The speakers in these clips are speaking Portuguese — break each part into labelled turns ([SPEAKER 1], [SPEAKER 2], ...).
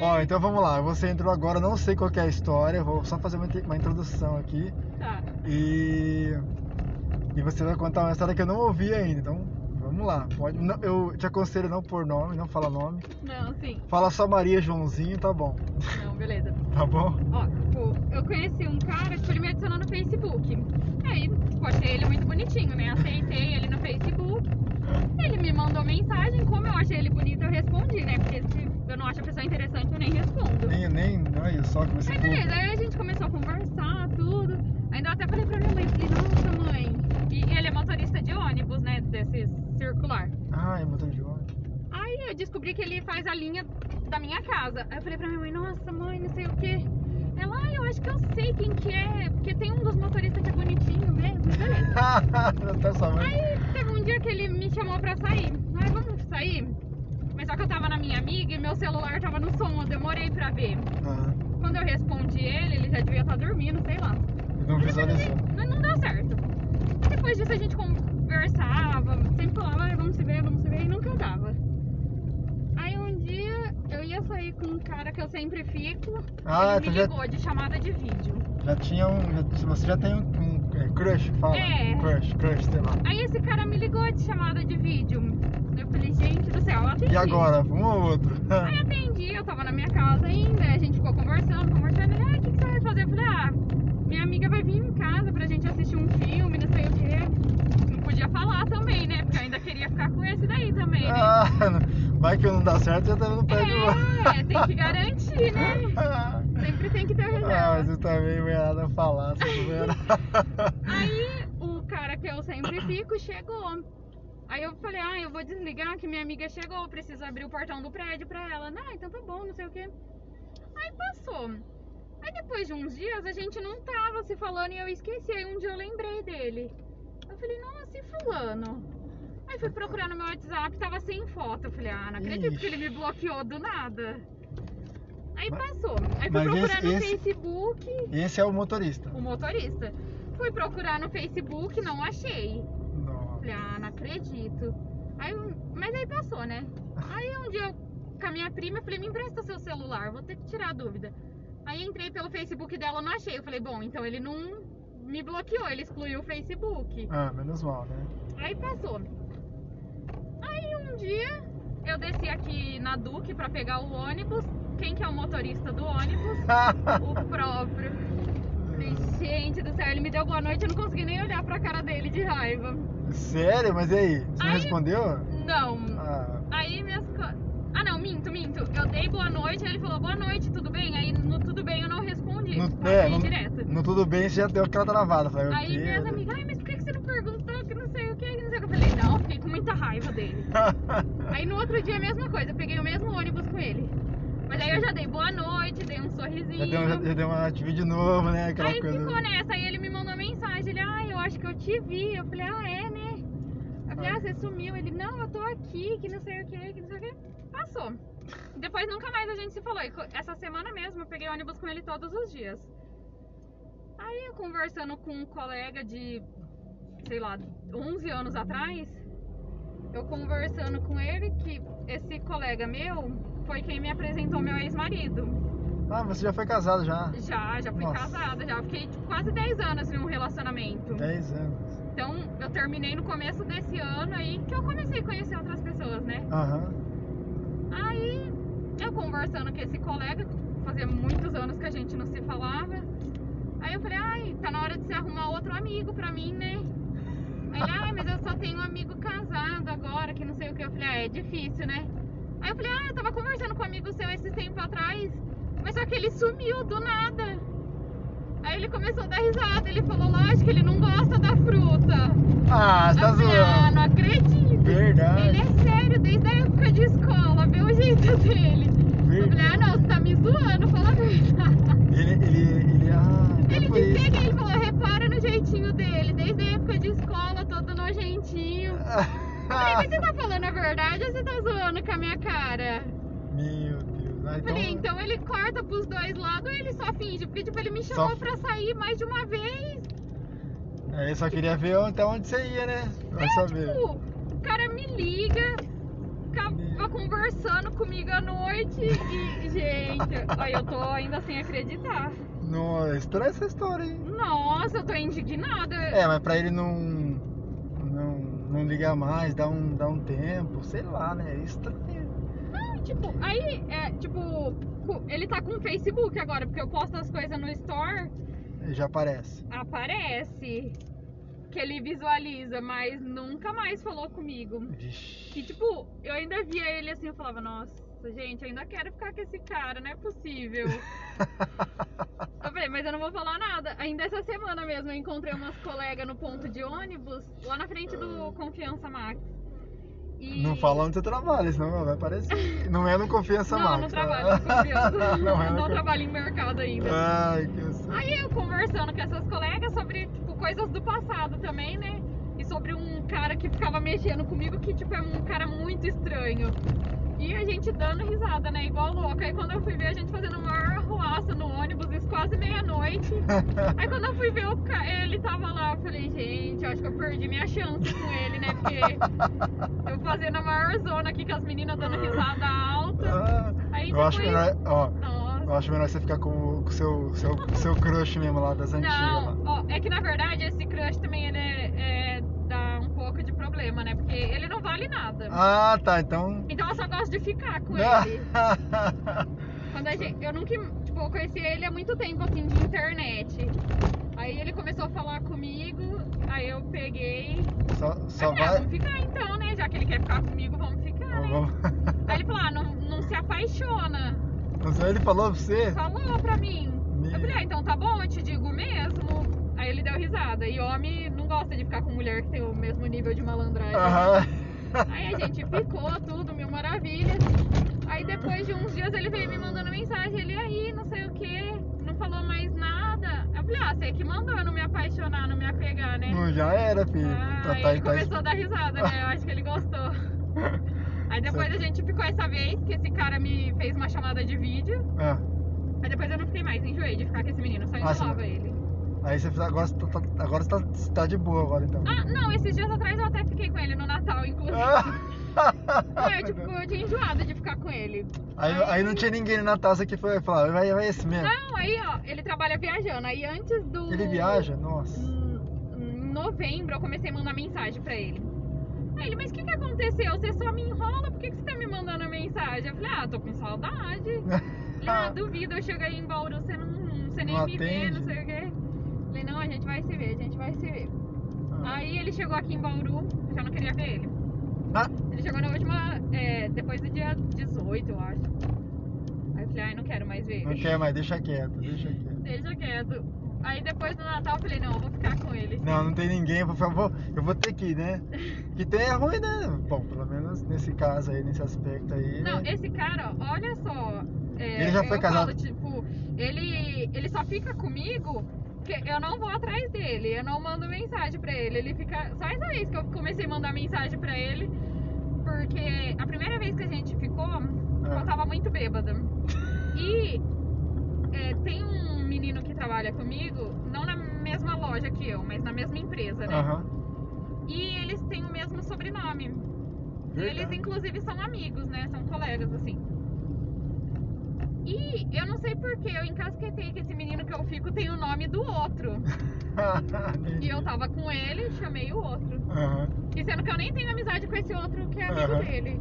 [SPEAKER 1] Ó, então vamos lá. Você entrou agora, não sei qual que é a história, vou só fazer uma, inte- uma introdução aqui.
[SPEAKER 2] Tá.
[SPEAKER 1] E. E você vai contar uma história que eu não ouvi ainda, então vamos lá. Pode, não- eu te aconselho não pôr nome, não fala nome.
[SPEAKER 2] Não, sim.
[SPEAKER 1] Fala só Maria Joãozinho, tá bom.
[SPEAKER 2] Não, beleza.
[SPEAKER 1] Tá bom?
[SPEAKER 2] Ó, tipo, eu conheci um cara, tipo, ele me adicionou no Facebook. Aí, tipo, achei ele muito bonitinho, né? Aceitei ele no Facebook. Ele me mandou mensagem, como eu achei ele bonito, eu respondi, né? Porque se eu não acho a pessoa interessante, eu nem respondo.
[SPEAKER 1] Nem, nem, olha só que você
[SPEAKER 2] Aí beleza, aí a gente começou a conversar, tudo. Ainda eu até falei pra minha mãe, falei, nossa mãe. E ele é motorista de ônibus, né? Desses circular.
[SPEAKER 1] Ai, motor de ônibus.
[SPEAKER 2] Aí eu descobri que ele faz a linha da minha casa. Aí eu falei pra minha mãe, nossa mãe, não sei o quê. Ela, ah, eu acho que eu sei quem que é, porque tem um dos motoristas que é bonitinho mesmo, beleza.
[SPEAKER 1] tá sua mãe.
[SPEAKER 2] Aí teve um dia que ele me chamou pra sair. Ai, vamos sair? Mas só que eu tava na minha amiga e meu celular tava no som, eu demorei pra ver.
[SPEAKER 1] Aham.
[SPEAKER 2] Quando eu respondi ele, ele já devia estar dormindo, sei lá.
[SPEAKER 1] Não visualizou.
[SPEAKER 2] Mas não deu certo. Depois disso a gente conversava, sempre falava, "Ai, vamos se ver, vamos se ver, e nunca dava. Aí um dia eu ia sair com um cara que eu sempre fico,
[SPEAKER 1] Ah,
[SPEAKER 2] ele
[SPEAKER 1] tu
[SPEAKER 2] me
[SPEAKER 1] já-
[SPEAKER 2] ligou de chamada de vídeo.
[SPEAKER 1] Já tinha um. já- você já tem um, um é, crush, fala.
[SPEAKER 2] É.
[SPEAKER 1] Crush, crush, sei lá.
[SPEAKER 2] Aí esse cara me ligou de chamada de vídeo. Eu falei, gente do céu, eu atendi.
[SPEAKER 1] E agora? Um ou outro?
[SPEAKER 2] Aí eu atendi, eu tava na minha casa ainda, a gente ficou conversando, conversando, ele, ah, o que, que você vai fazer? Eu falei, ah, minha amiga vai vir em casa pra gente assistir um filme, não sei o quê. Não podia falar também, né? Porque eu ainda queria ficar com esse daí também, né?
[SPEAKER 1] Ah, não- vai que não dá certo, já tá no pé de
[SPEAKER 2] É, tem que garantir, né?
[SPEAKER 1] Ah,
[SPEAKER 2] Sempre tem que ter
[SPEAKER 1] mas
[SPEAKER 2] reserva.
[SPEAKER 1] eu também não ia nada falar, você não ia nada.
[SPEAKER 2] Aí o cara que eu sempre fico chegou. Aí eu falei, ah, eu vou desligar que minha amiga chegou, eu preciso abrir o portão do prédio pra ela. Não, então tá bom, não sei o quê. Aí passou. Aí depois de uns dias a gente não tava se falando e eu esqueci. Aí um dia eu lembrei dele. Eu falei, nossa, e fulano? Aí fui procurar no meu WhatsApp, tava sem foto. Eu falei, ah, não acredito
[SPEAKER 1] Ixi.
[SPEAKER 2] que ele me bloqueou do nada. Aí
[SPEAKER 1] Mas-
[SPEAKER 2] passou. Aí fui
[SPEAKER 1] mas
[SPEAKER 2] procurar
[SPEAKER 1] esse-
[SPEAKER 2] no
[SPEAKER 1] esse-
[SPEAKER 2] Facebook
[SPEAKER 1] Esse é o motorista.
[SPEAKER 2] o motorista. Fui procurar no Facebook, não achei.
[SPEAKER 1] Não.
[SPEAKER 2] Falei, ah, não acredito. Aí, um- mas aí passou, né? Aí um dia eu, com a minha prima, eu falei, me empresta seu celular, vou ter que tirar a dúvida. Aí entrei pelo Facebook dela, não achei. Eu falei, bom, então ele não me bloqueou, ele excluiu o Facebook.
[SPEAKER 1] Ah, menos mal, né?
[SPEAKER 2] Aí passou. Aí um dia eu desci aqui na Duque pra pegar o ônibus. Quem que é o motorista do ônibus? O próprio. Falei, gente do céu, ele me deu boa noite, eu não consegui nem olhar pra cara dele de raiva.
[SPEAKER 1] Sério? Mas e aí? Você não
[SPEAKER 2] Aí-
[SPEAKER 1] respondeu?
[SPEAKER 2] Não.
[SPEAKER 1] Ah,
[SPEAKER 2] Aí minhas co- Ah não, minto, minto. Eu dei boa noite, aí ele falou boa noite, tudo bem? Aí no tudo bem eu não respondi.
[SPEAKER 1] no,
[SPEAKER 2] Tipo,
[SPEAKER 1] é,
[SPEAKER 2] achei
[SPEAKER 1] no,
[SPEAKER 2] direto.
[SPEAKER 1] no tudo bem, você já deu aquela travada. Falei, o
[SPEAKER 2] Aí
[SPEAKER 1] quê?
[SPEAKER 2] minhas amigas, ai, mas por que que você não perguntou que não sei o que, que não sei o que? Eu falei, não, fiquei com muita raiva dele. Aí no outro dia a mesma coisa, eu peguei o mesmo ônibus com ele. Mas aí eu já dei boa noite, dei um sorrisinho.
[SPEAKER 1] já, deu, já, já deu uma TV de novo, né? Aquela
[SPEAKER 2] aí
[SPEAKER 1] coisa.
[SPEAKER 2] ficou nessa, aí ele me mandou mensagem, ele, ah, eu acho que eu te vi. Eu falei, ah, é, né? Eu falei, ah, você sumiu. Ele, não, eu tô aqui, que não sei o que, que não sei o que. Passou. Depois nunca mais a gente se falou. E co- essa semana mesmo eu peguei ônibus com ele todos os dias. Aí eu conversando com um colega de, sei lá, 11 anos atrás, eu conversando com ele que esse colega meu foi quem me apresentou meu ex-marido.
[SPEAKER 1] Ah, você já foi casado já.
[SPEAKER 2] Já, já fui
[SPEAKER 1] Nossa.
[SPEAKER 2] casada, já fiquei tipo, quase 10 anos em um relacionamento.
[SPEAKER 1] 10 anos.
[SPEAKER 2] Então, eu terminei no começo desse ano aí que eu comecei a conhecer outras pessoas, né?
[SPEAKER 1] Aham.
[SPEAKER 2] Aí, eu conversando com esse colega, fazia muitos anos que a gente não se falava. Aí eu falei, ai, tá na hora de você arrumar outro amigo pra mim, né? Aí ele, ai, mas eu só tenho um amigo casado agora, que não sei o que. Eu falei, ah, é difícil, né? Aí eu falei, ah, eu tava conversando com um amigo seu esse tempo atrás, mas só que ele sumiu do nada. Aí ele começou a dar risada, ele falou, lógico, que ele não gosta da fruta.
[SPEAKER 1] Ah, você tá
[SPEAKER 2] eu falei, ah,
[SPEAKER 1] zoando.
[SPEAKER 2] não acredito. Ele
[SPEAKER 1] Verdade.
[SPEAKER 2] é sério, desde a época de escola, vê o jeito dele. Eu falei, ah
[SPEAKER 1] Verdade.
[SPEAKER 2] não, você tá me zoando, fala a verdade.
[SPEAKER 1] Ele, ele, ele, ah, então
[SPEAKER 2] Ele
[SPEAKER 1] por
[SPEAKER 2] me
[SPEAKER 1] isso.
[SPEAKER 2] pega e ele falou, repara no jeitinho dele, desde a época de escola, todo nojentinho. Eu
[SPEAKER 1] Ah.
[SPEAKER 2] falei, mas você tá falando a verdade ou você tá zoando com a minha cara?
[SPEAKER 1] Meu Deus. Ah,
[SPEAKER 2] Eu falei,
[SPEAKER 1] então,
[SPEAKER 2] então ele corta pros dois lados ou ele só finge? Porque tipo, ele me chamou
[SPEAKER 1] Só-
[SPEAKER 2] pra sair mais de uma vez.
[SPEAKER 1] é, eu só queria ver até onde você ia, né? Vai
[SPEAKER 2] É,
[SPEAKER 1] saber.
[SPEAKER 2] tipo, o cara me liga, acaba conversando comigo à noite e, gente, aí eu tô ainda sem acreditar.
[SPEAKER 1] Não, é estranha essa história, hein?
[SPEAKER 2] Nossa, eu tô indignada.
[SPEAKER 1] É, mas pra ele não. Não, não ligar mais, dar um, dar um tempo, sei lá, né? É estranho.
[SPEAKER 2] Não, tipo, aí, é, tipo, cu- ele tá com o Facebook agora, porque eu posto as coisas no Store,
[SPEAKER 1] Já aparece.
[SPEAKER 2] aparece que ele visualiza, mas nunca mais falou comigo. Que,
[SPEAKER 1] Vixe.
[SPEAKER 2] tipo, eu ainda via ele assim, eu falava, nossa, gente, eu ainda quero ficar com esse cara, não é possível. Eu falei, mas eu não vou falar nada. Ainda essa semana mesmo eu encontrei umas colegas no ponto de ônibus, lá na frente do Confiança Max. E-
[SPEAKER 1] Ah. Não fala onde você trabalha, senão vai aparecer. Não é no Confiança
[SPEAKER 2] Não,
[SPEAKER 1] Max. né?
[SPEAKER 2] não trabalho, não confiança.
[SPEAKER 1] Não Ah. é
[SPEAKER 2] não,
[SPEAKER 1] no Confiança.
[SPEAKER 2] trabalho em mercado ainda.
[SPEAKER 1] Ai, que eu sei.
[SPEAKER 2] Aí eu conversando com essas colegas sobre, tipo, coisas do passado também, né? E sobre um cara que ficava mexendo comigo, que, tipo, é um cara muito estranho. E a gente dando risada, né? Igual louca. Aí quando eu fui ver, a gente fazendo maior arruaça no ônibus, isso quase meia-noite. Aí quando eu fui ver, o ca- ele tava lá. Eu falei, gente, eu acho que eu perdi minha chance com ele, né? Porque eu fazendo a maior zona aqui com as meninas dando risada alta.
[SPEAKER 1] Ah,
[SPEAKER 2] Aí
[SPEAKER 1] eu acho
[SPEAKER 2] depois-
[SPEAKER 1] melhor. Ó,
[SPEAKER 2] Nossa.
[SPEAKER 1] eu acho melhor você ficar com o seu, seu, seu crush mesmo lá das antigas. lá.
[SPEAKER 2] Não, ó, é que na verdade esse crush também ele é, é, dá um pouco de problema, né? Porque ele não vale nada.
[SPEAKER 1] Ah, tá, então.
[SPEAKER 2] Então eu só gosto de ficar com ele. Quando a gente, eu nunca, tipo, eu conheci ele há muito tempo, assim, de internet. Aí ele começou a falar comigo, aí eu peguei.
[SPEAKER 1] só
[SPEAKER 2] Aí eu
[SPEAKER 1] só
[SPEAKER 2] falei, ah,
[SPEAKER 1] vai.
[SPEAKER 2] vamos ficar então, né? Já que ele quer ficar comigo, vamos ficar, né?
[SPEAKER 1] Vamos.
[SPEAKER 2] Aí ele falou, ah, não, não se apaixona.
[SPEAKER 1] Mas ele falou pra você?
[SPEAKER 2] Falou pra mim.
[SPEAKER 1] Me-
[SPEAKER 2] Eu falei, ah, então tá bom, eu te digo mesmo. Aí ele deu risada. E homem não gosta de ficar com mulher que tem o mesmo nível de malandragem.
[SPEAKER 1] Aham.
[SPEAKER 2] Aí a gente ficou, tudo, mil maravilhas. Aí depois de uns dias ele veio me mandando mensagem, ele aí, não sei o que, não falou mais nada. Eu falei, ah, você que mandou eu não me apaixonar, não me apegar, né?
[SPEAKER 1] Não, já era, filho.
[SPEAKER 2] Ah,
[SPEAKER 1] Tá-
[SPEAKER 2] aí
[SPEAKER 1] tá-
[SPEAKER 2] ele
[SPEAKER 1] tá-
[SPEAKER 2] começou a dar risada, né? Eu acho que ele gostou. Aí depois a gente ficou essa vez que esse cara me fez uma chamada de vídeo.
[SPEAKER 1] Ah,
[SPEAKER 2] Aí depois eu não fiquei mais, enjoei de ficar com esse menino, só
[SPEAKER 1] Ah, sim.
[SPEAKER 2] enrolava ele.
[SPEAKER 1] Aí você fez- agora você tá, tá- agora você tá, você tá de boa agora então.
[SPEAKER 2] Ah, não, esses dias atrás eu até fiquei com ele no Natal, inclusive.
[SPEAKER 1] Ah!
[SPEAKER 2] Não, eu, tipo, eu tinha enjoado de ficar com ele.
[SPEAKER 1] aí, aí não tinha ninguém na taça que foi falar, vai, vai esse mesmo.
[SPEAKER 2] Não, aí, ó, ele trabalha viajando. Aí antes do.
[SPEAKER 1] Ele viaja? Nossa.
[SPEAKER 2] Em em novembro eu comecei a mandar mensagem pra ele. Aí ele, mas o que, que aconteceu? Você só me enrola, por que, que você tá me mandando mensagem? Eu falei, ah, tô com saudade. Ele, ah, duvido, eu chego aí em Bauru, você não. Você nem
[SPEAKER 1] Não
[SPEAKER 2] me vê,
[SPEAKER 1] atende.
[SPEAKER 2] não sei o quê. Eu Falei, não, a gente vai se ver, a gente vai se ver.
[SPEAKER 1] Ah.
[SPEAKER 2] Aí ele chegou aqui em Bauru, eu já não queria ver ele.
[SPEAKER 1] Ah,
[SPEAKER 2] Ele chegou na última. é, depois do dia 18, eu acho. Aí eu falei, ai, não quero mais ver
[SPEAKER 1] não
[SPEAKER 2] ele.
[SPEAKER 1] quer mais, deixa quieto, deixa quieto.
[SPEAKER 2] Deixa quieto. Aí depois do Natal eu falei, não, eu vou ficar com ele.
[SPEAKER 1] Não, não tem ninguém, por favor, eu vou ter que ir, né? Que tem é ruim, né? Bom, pelo menos nesse caso aí, nesse aspecto aí.
[SPEAKER 2] Não, esse cara, ó, olha só. é,
[SPEAKER 1] Ele já
[SPEAKER 2] eu
[SPEAKER 1] foi casado?
[SPEAKER 2] falo, tipo, ele, ele só fica comigo porque eu não vou atrás dele, eu não mando mensagem pra ele. Ele fica. Só essa vez que eu comecei a mandar mensagem pra ele. Porque a primeira vez que a gente ficou,
[SPEAKER 1] É.
[SPEAKER 2] eu tava muito bêbada. E é, tem um menino que trabalha comigo, não na mesma loja que eu, mas na mesma empresa, né?
[SPEAKER 1] Aham.
[SPEAKER 2] E eles têm o mesmo sobrenome. E eles,
[SPEAKER 1] Verdade.
[SPEAKER 2] inclusive, são amigos, né? São colegas, assim. E eu não sei porquê, eu encasquetei que esse menino que eu fico tem o nome do outro. E eu tava com ele e chamei o outro.
[SPEAKER 1] Aham.
[SPEAKER 2] E sendo que eu nem tenho amizade com esse outro que é amigo
[SPEAKER 1] Aham.
[SPEAKER 2] dele.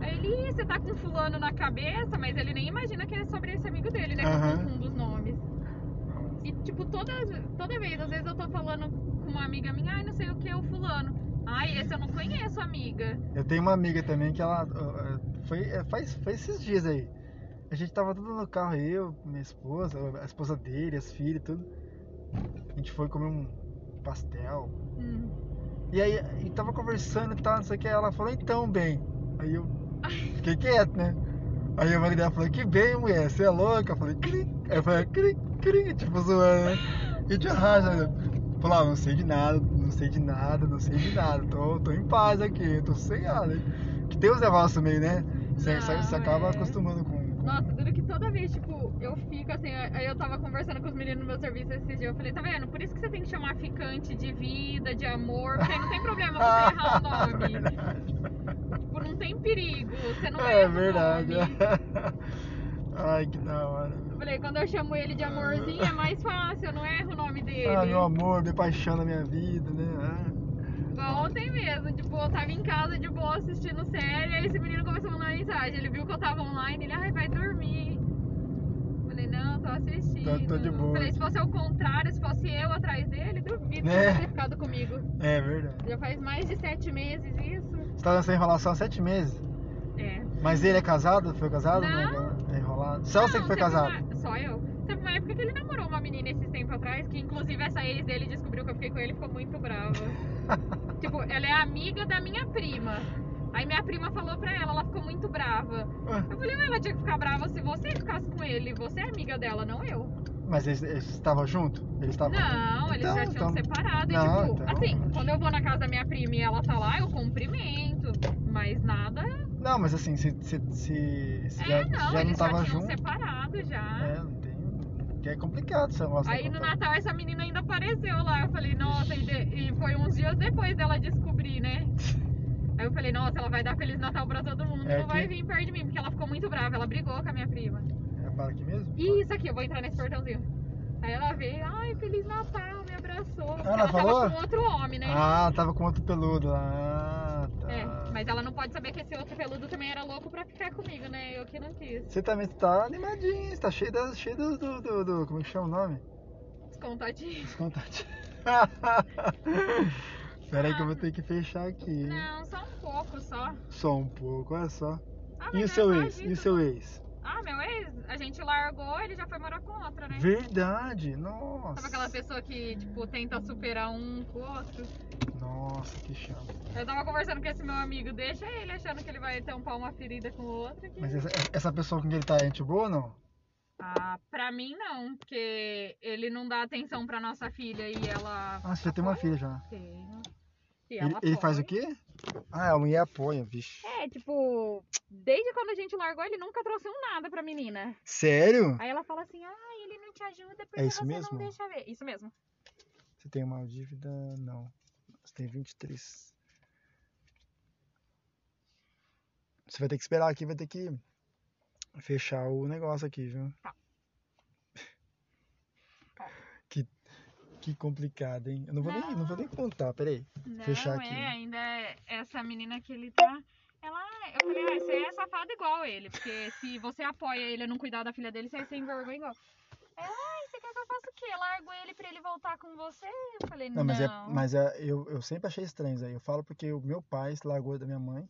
[SPEAKER 2] Aí ele, "Ih, você tá com fulano na cabeça, mas ele nem imagina que é sobre esse amigo dele, né? Que
[SPEAKER 1] Aham.
[SPEAKER 2] eu confundo os nomes. E, tipo, toda, toda vez, às vezes eu tô falando com uma amiga minha, ai, não sei o que, é o fulano. Ai, esse eu não conheço, amiga.
[SPEAKER 1] Eu tenho uma amiga também que ela. ó, ó, Foi, é, faz, foi esses dias aí. A gente tava tudo no carro, eu, minha esposa, a esposa dele, as filhas, tudo. A gente foi comer um pastel.
[SPEAKER 2] Hum.
[SPEAKER 1] E aí e tava conversando e tal, não sei o que. Ela falou, então, bem. Aí eu fiquei quieto, né? Aí a marido dela falou, que bem, mulher, você é louca? Eu falei, cri. Aí eu falei, cri, cri, tipo zoando, né? E de arrasa, falou, ah, não sei de nada, não sei de nada, não sei de nada, tô, tô em paz aqui, tô sossegado. hein? Que tem os negócios meio, né? Você, você- você
[SPEAKER 2] Não,
[SPEAKER 1] acaba
[SPEAKER 2] é.
[SPEAKER 1] acostumando com. com-
[SPEAKER 2] Nossa, duro que toda vez, tipo, eu fico assim, aí eu tava conversando com os meninos no meu serviço esses dias, eu falei, tá vendo? Por isso que você tem que chamar ficante de vida, de amor, porque aí não tem problema você errar o nome.
[SPEAKER 1] Verdade.
[SPEAKER 2] Tipo, não tem perigo, você não
[SPEAKER 1] é
[SPEAKER 2] conhece o
[SPEAKER 1] verdade.
[SPEAKER 2] nome.
[SPEAKER 1] Ai, que da hora.
[SPEAKER 2] Eu Falei, quando eu chamo ele de amorzinho é mais fácil, eu não erro o nome dele.
[SPEAKER 1] Ah, meu amor, minha paixão da minha vida, né? Ah,
[SPEAKER 2] Igual Ontem mesmo, tipo, eu tava em casa de boa assistindo série, aí esse menino começou a mandar mensagem. Ele viu que eu tava online, ele, ai, vai dormir. Falei, não, tô assistindo.
[SPEAKER 1] Tô- tô Tá, de boa.
[SPEAKER 2] Falei, se fosse ao contrário, se fosse eu atrás dele, duvido
[SPEAKER 1] Né?
[SPEAKER 2] que ele ter ficado comigo.
[SPEAKER 1] É verdade.
[SPEAKER 2] Já faz mais de sete meses isso.
[SPEAKER 1] Você tá nessa enrolação há sete meses.
[SPEAKER 2] É.
[SPEAKER 1] Mas ele é casado? Foi casado?
[SPEAKER 2] Não.
[SPEAKER 1] Né? É enrolado. Só você
[SPEAKER 2] Não,
[SPEAKER 1] que foi
[SPEAKER 2] teve
[SPEAKER 1] casado.
[SPEAKER 2] uma- Só eu. Teve uma época que ele namorou uma menina esses tempos atrás, que inclusive essa ex dele descobriu que eu fiquei com ele e ficou muito brava. Tipo, ela é amiga da minha prima. Aí minha prima falou pra ela, ela ficou muito brava.
[SPEAKER 1] Ué.
[SPEAKER 2] Eu falei, ué, ela tinha que ficar brava se você ficasse com ele. Você é amiga dela, não eu.
[SPEAKER 1] Mas eles, eles estavam juntos? Eles estavam
[SPEAKER 2] Não, eles já tinham separado. E
[SPEAKER 1] Então, Não,
[SPEAKER 2] tipo,
[SPEAKER 1] então.
[SPEAKER 2] assim, quando eu vou na casa da minha prima e ela tá lá, eu cumprimento. Mas nada.
[SPEAKER 1] Não, mas assim, se, se, se, se
[SPEAKER 2] é,
[SPEAKER 1] já,
[SPEAKER 2] não,
[SPEAKER 1] já não
[SPEAKER 2] eles já
[SPEAKER 1] tava
[SPEAKER 2] tinham
[SPEAKER 1] junto.
[SPEAKER 2] separado já.
[SPEAKER 1] É, não tem. Que é complicado esse negócio.
[SPEAKER 2] Aí no
[SPEAKER 1] né?
[SPEAKER 2] Natal essa menina ainda apareceu lá. Eu falei, nossa, e, de- e foi uns dias depois dela descobrir, né? Aí eu falei, nossa, ela vai dar Feliz Natal pra todo mundo,
[SPEAKER 1] É
[SPEAKER 2] não vai
[SPEAKER 1] que-
[SPEAKER 2] vir perto de mim, porque ela ficou muito brava, ela brigou com a minha prima.
[SPEAKER 1] É, para aqui mesmo?
[SPEAKER 2] E isso aqui, eu vou entrar nesse portãozinho. Aí ela veio, ai, Feliz Natal, me abraçou. Porque
[SPEAKER 1] Ela falou?
[SPEAKER 2] tava com outro homem, né?
[SPEAKER 1] Ah, tava com outro peludo lá. Ah, tá.
[SPEAKER 2] É, mas ela não pode saber que esse outro peludo também era louco pra ficar comigo, né? Eu que não quis.
[SPEAKER 1] Você também tá animadinho, você tá cheio, das, cheio do, do, do, do- Como é que chama o nome?
[SPEAKER 2] Descontadinho.
[SPEAKER 1] Dos contatinhos. Pera aí que eu vou ter que fechar aqui. hein?
[SPEAKER 2] Não, só um pouco só.
[SPEAKER 1] Só um pouco, olha só.
[SPEAKER 2] Ah, mas
[SPEAKER 1] E
[SPEAKER 2] é
[SPEAKER 1] o seu
[SPEAKER 2] só
[SPEAKER 1] ex? E o
[SPEAKER 2] disso.
[SPEAKER 1] seu ex?
[SPEAKER 2] Ah, meu ex, a gente largou, ele já foi morar com outra, né?
[SPEAKER 1] Verdade, nossa.
[SPEAKER 2] Sabe aquela pessoa que, tipo, tenta superar um com o outro?
[SPEAKER 1] Nossa, que chama.
[SPEAKER 2] Eu tava conversando com esse meu amigo, deixa ele achando que ele vai tampar uma ferida com o outro. Que...
[SPEAKER 1] Mas essa, essa pessoa com quem ele tá é gente boa ou não?
[SPEAKER 2] Ah, pra mim não, porque ele não dá atenção pra nossa filha e ela.
[SPEAKER 1] Ah, você já tem uma
[SPEAKER 2] apoia?
[SPEAKER 1] filha já.
[SPEAKER 2] Tenho. E
[SPEAKER 1] Ele,
[SPEAKER 2] ela
[SPEAKER 1] ele faz o
[SPEAKER 2] apoia.
[SPEAKER 1] quê? Ah, a mulher apoia, vixe.
[SPEAKER 2] É, tipo, desde quando a gente largou, ele nunca trouxe um nada pra menina.
[SPEAKER 1] Sério?
[SPEAKER 2] Aí ela fala assim, ah, ele não te ajuda porque
[SPEAKER 1] É isso
[SPEAKER 2] você
[SPEAKER 1] mesmo?
[SPEAKER 2] não deixa ver. Isso mesmo.
[SPEAKER 1] Você tem uma dívida? Não. Você tem 23. Você vai ter que esperar aqui, vai ter que fechar o negócio aqui, viu?
[SPEAKER 2] Tá.
[SPEAKER 1] Que, que complicado, hein? Eu não vou, Nem, não vou nem contar, peraí.
[SPEAKER 2] Não,
[SPEAKER 1] fechar
[SPEAKER 2] é,
[SPEAKER 1] aqui.
[SPEAKER 2] ainda é essa menina que ele tá. Ela, eu falei, ah, você é safado igual ele, porque se você apoia ele a não cuidar da filha dele, você é sem vergonha igual. Ela, ai, você quer que eu faça o quê? Largo ele pra ele voltar com você? Eu falei, não.
[SPEAKER 1] Não, mas, é, mas é, eu, eu sempre achei estranho isso aí. Eu falo porque o meu pai se largou da minha mãe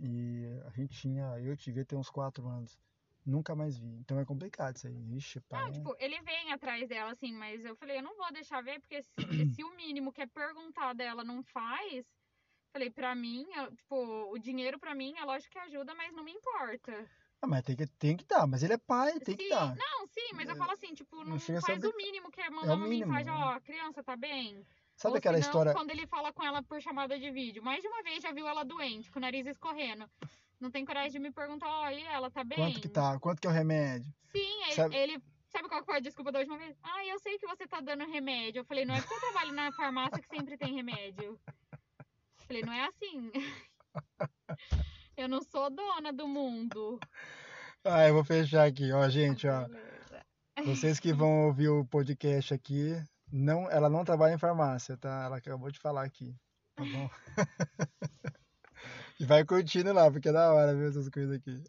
[SPEAKER 1] e a gente tinha, eu tive até uns 4 anos. Nunca mais vi. Então é complicado isso aí. Ixi, pai.
[SPEAKER 2] Não,
[SPEAKER 1] né?
[SPEAKER 2] tipo, ele vem atrás dela, assim, mas eu falei, eu não vou deixar ver, porque se, se o mínimo que é perguntar dela não faz, falei, pra mim, eu- tipo, o dinheiro pra mim, é lógico que ajuda, mas não me importa.
[SPEAKER 1] Ah, mas tem que, tem que dar, mas ele é pai, tem que
[SPEAKER 2] Sim,
[SPEAKER 1] dar.
[SPEAKER 2] Não, sim, mas eu
[SPEAKER 1] É,
[SPEAKER 2] falo assim, tipo, não,
[SPEAKER 1] chega a
[SPEAKER 2] faz
[SPEAKER 1] ser
[SPEAKER 2] o mínimo que é mandar uma
[SPEAKER 1] mínimo,
[SPEAKER 2] mensagem,
[SPEAKER 1] né?
[SPEAKER 2] ó, criança, tá bem?
[SPEAKER 1] Sabe
[SPEAKER 2] Ou
[SPEAKER 1] aquela
[SPEAKER 2] senão,
[SPEAKER 1] história.
[SPEAKER 2] quando ele fala com ela por chamada de vídeo, mais de uma vez já viu ela doente, com o nariz escorrendo. Não tem coragem de me perguntar, ó, e ela, tá bem?
[SPEAKER 1] Quanto que tá? Quanto que é o remédio?
[SPEAKER 2] Sim, aí
[SPEAKER 1] Sabe-
[SPEAKER 2] ele... Sabe qual que foi a desculpa da última vez? Ah, eu sei que você tá dando remédio. Eu falei, não é porque eu trabalho na farmácia que sempre tem remédio. Eu falei, não é assim. Eu não sou dona do mundo.
[SPEAKER 1] Ah, eu vou fechar aqui, ó, gente, ó.
[SPEAKER 2] Beleza.
[SPEAKER 1] Vocês que vão ouvir o podcast aqui, não, ela não trabalha em farmácia, tá? Ela acabou de falar aqui, tá bom? e vai curtindo lá, porque é da hora ver essas coisas aqui.